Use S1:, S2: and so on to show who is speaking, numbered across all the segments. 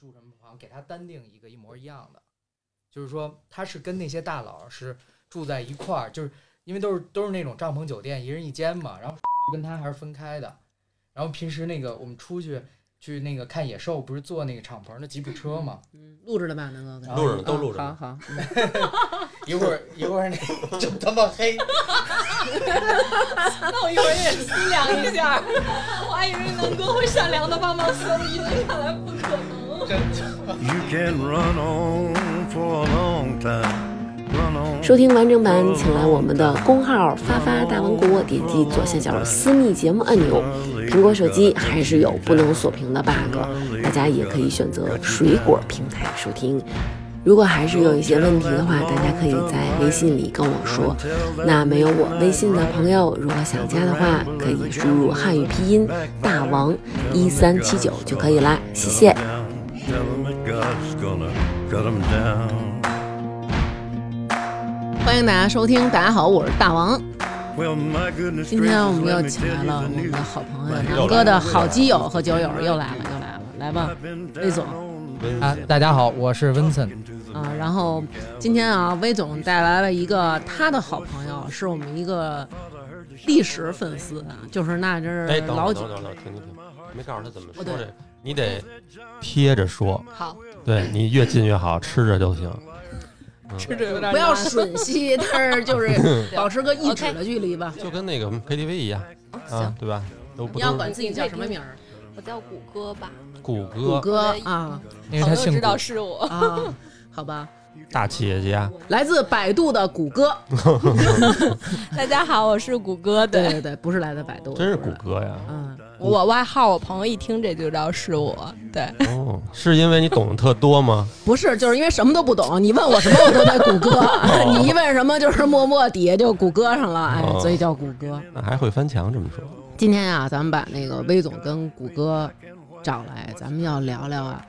S1: 住什么房，给他单定一个一模一样的，就是说他是跟那些大佬是住在一块儿，就是因为都是都是那种帐篷酒店，一人一间嘛，然后跟他还是分开的，然后平时那个我们出去去那个看野兽，不是坐那个敞篷的吉普车嘛，
S2: 嗯，录着了吧，南哥？
S1: 啊录着
S3: 呢都录着
S2: 啊
S3: 呢
S2: 好好，
S1: 一会儿一会儿那 就他妈黑，
S4: 那我一会儿也思量 一下，我还以为南哥会善良的帮忙搜一呢，看来不可能。
S5: You can run on for a long time. Run on.
S6: 收听完整版，请来我们的公号“发发大王国”，点击左下角的私密节目按钮。苹果手机还是有不能锁屏的 bug，大家也可以选择水果平台收听。如果还是有一些问题的话，大家可以在微信里跟我说。那没有我微信的朋友，如果想加的话，可以输入汉语拼音“大王一三七九”就可以啦。谢谢。
S5: Tell them that God's gonna cut them down.
S2: 欢迎大家收听，大家好，我是大王。
S5: Well, my goodness
S2: 今天我
S5: gracious,
S2: 们
S5: let
S2: 又
S5: me
S2: 请来
S5: tell
S2: 了我
S5: you
S2: 们
S5: the
S2: 的
S5: news.
S2: 好朋友南哥的好基友和酒友，又来了，又来了，来吧。
S5: I've been down
S2: 魏总
S5: on
S1: 啊，大家好，我是 Vincent。
S5: into the
S2: 啊，然后今天啊，魏总带来了一个他的好朋友，是我们一个历史粉丝啊，就是那真
S3: 哎，
S2: 是
S3: 等会
S2: 嗯老
S3: 儿
S2: 久
S3: 等会儿等会儿，停停停，没告诉他怎么说
S2: 哦对
S3: 这，你得贴着说，
S4: 好，
S3: 对你越近越好，吃着就行。
S4: 吃着有点
S2: 不要
S4: 难
S2: 吮吸，但 是就是保持个一指的距离吧。
S3: 就跟那个 KTV 一样，啊
S7: 行，
S3: 对吧？都不
S2: 哦你要
S3: 都是
S2: 管自己叫什么名儿？
S7: 我叫谷歌吧，
S3: 谷
S2: 谷
S3: 歌
S2: 歌啊
S1: 因为
S4: 朋
S1: 他
S4: 友
S1: 姓
S4: 知道
S1: 谷，
S4: 是我，
S2: 啊，好吧，
S3: 大企业家，
S2: 来自百度的谷歌，
S4: 大家好，我是谷歌，
S2: 对
S4: 对
S2: 对对，不是来自百度，
S3: 真是
S2: 不
S3: 谷
S2: 来
S3: 歌呀！
S2: 嗯，
S4: 我外号，我朋友一听这就知道是我，对，
S3: 哦，是因为你懂得特多吗？
S2: 不是，就是因为什么都不懂，你问我什么我都得谷歌， 你一问什么就是默默底下就谷歌上了，哎，
S3: 哦
S2: 所以叫谷歌。
S3: 那还会翻墙这么说？
S2: 今天啊，咱们把那个威总跟谷歌找来，咱们要聊聊啊，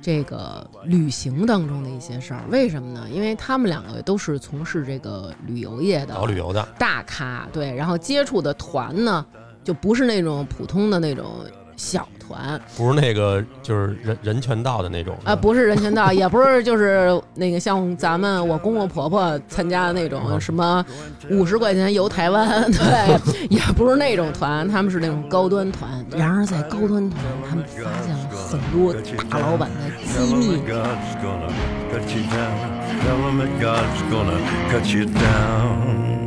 S2: 这个旅行当中的一些事儿。为什么呢？因为他们两个都是从事这个旅游业的
S3: 搞旅游的，
S2: 大咖，对，然后接触的团呢，就不是那种普通的那种小团
S3: 不是那个就是人人权道的那种
S2: 啊，不是人行 道，也不是就是那个像咱们我公公婆婆参加的那种
S3: 嗯
S2: 什么五十块钱游台湾，对， 也不是那种团，他们是那种高端团。然而在高端团，他们发现了很多大老板的
S5: Tell
S2: 机
S5: them
S2: 密
S5: that。God's gonna cut you down. Tell them that God's gonna cut you down.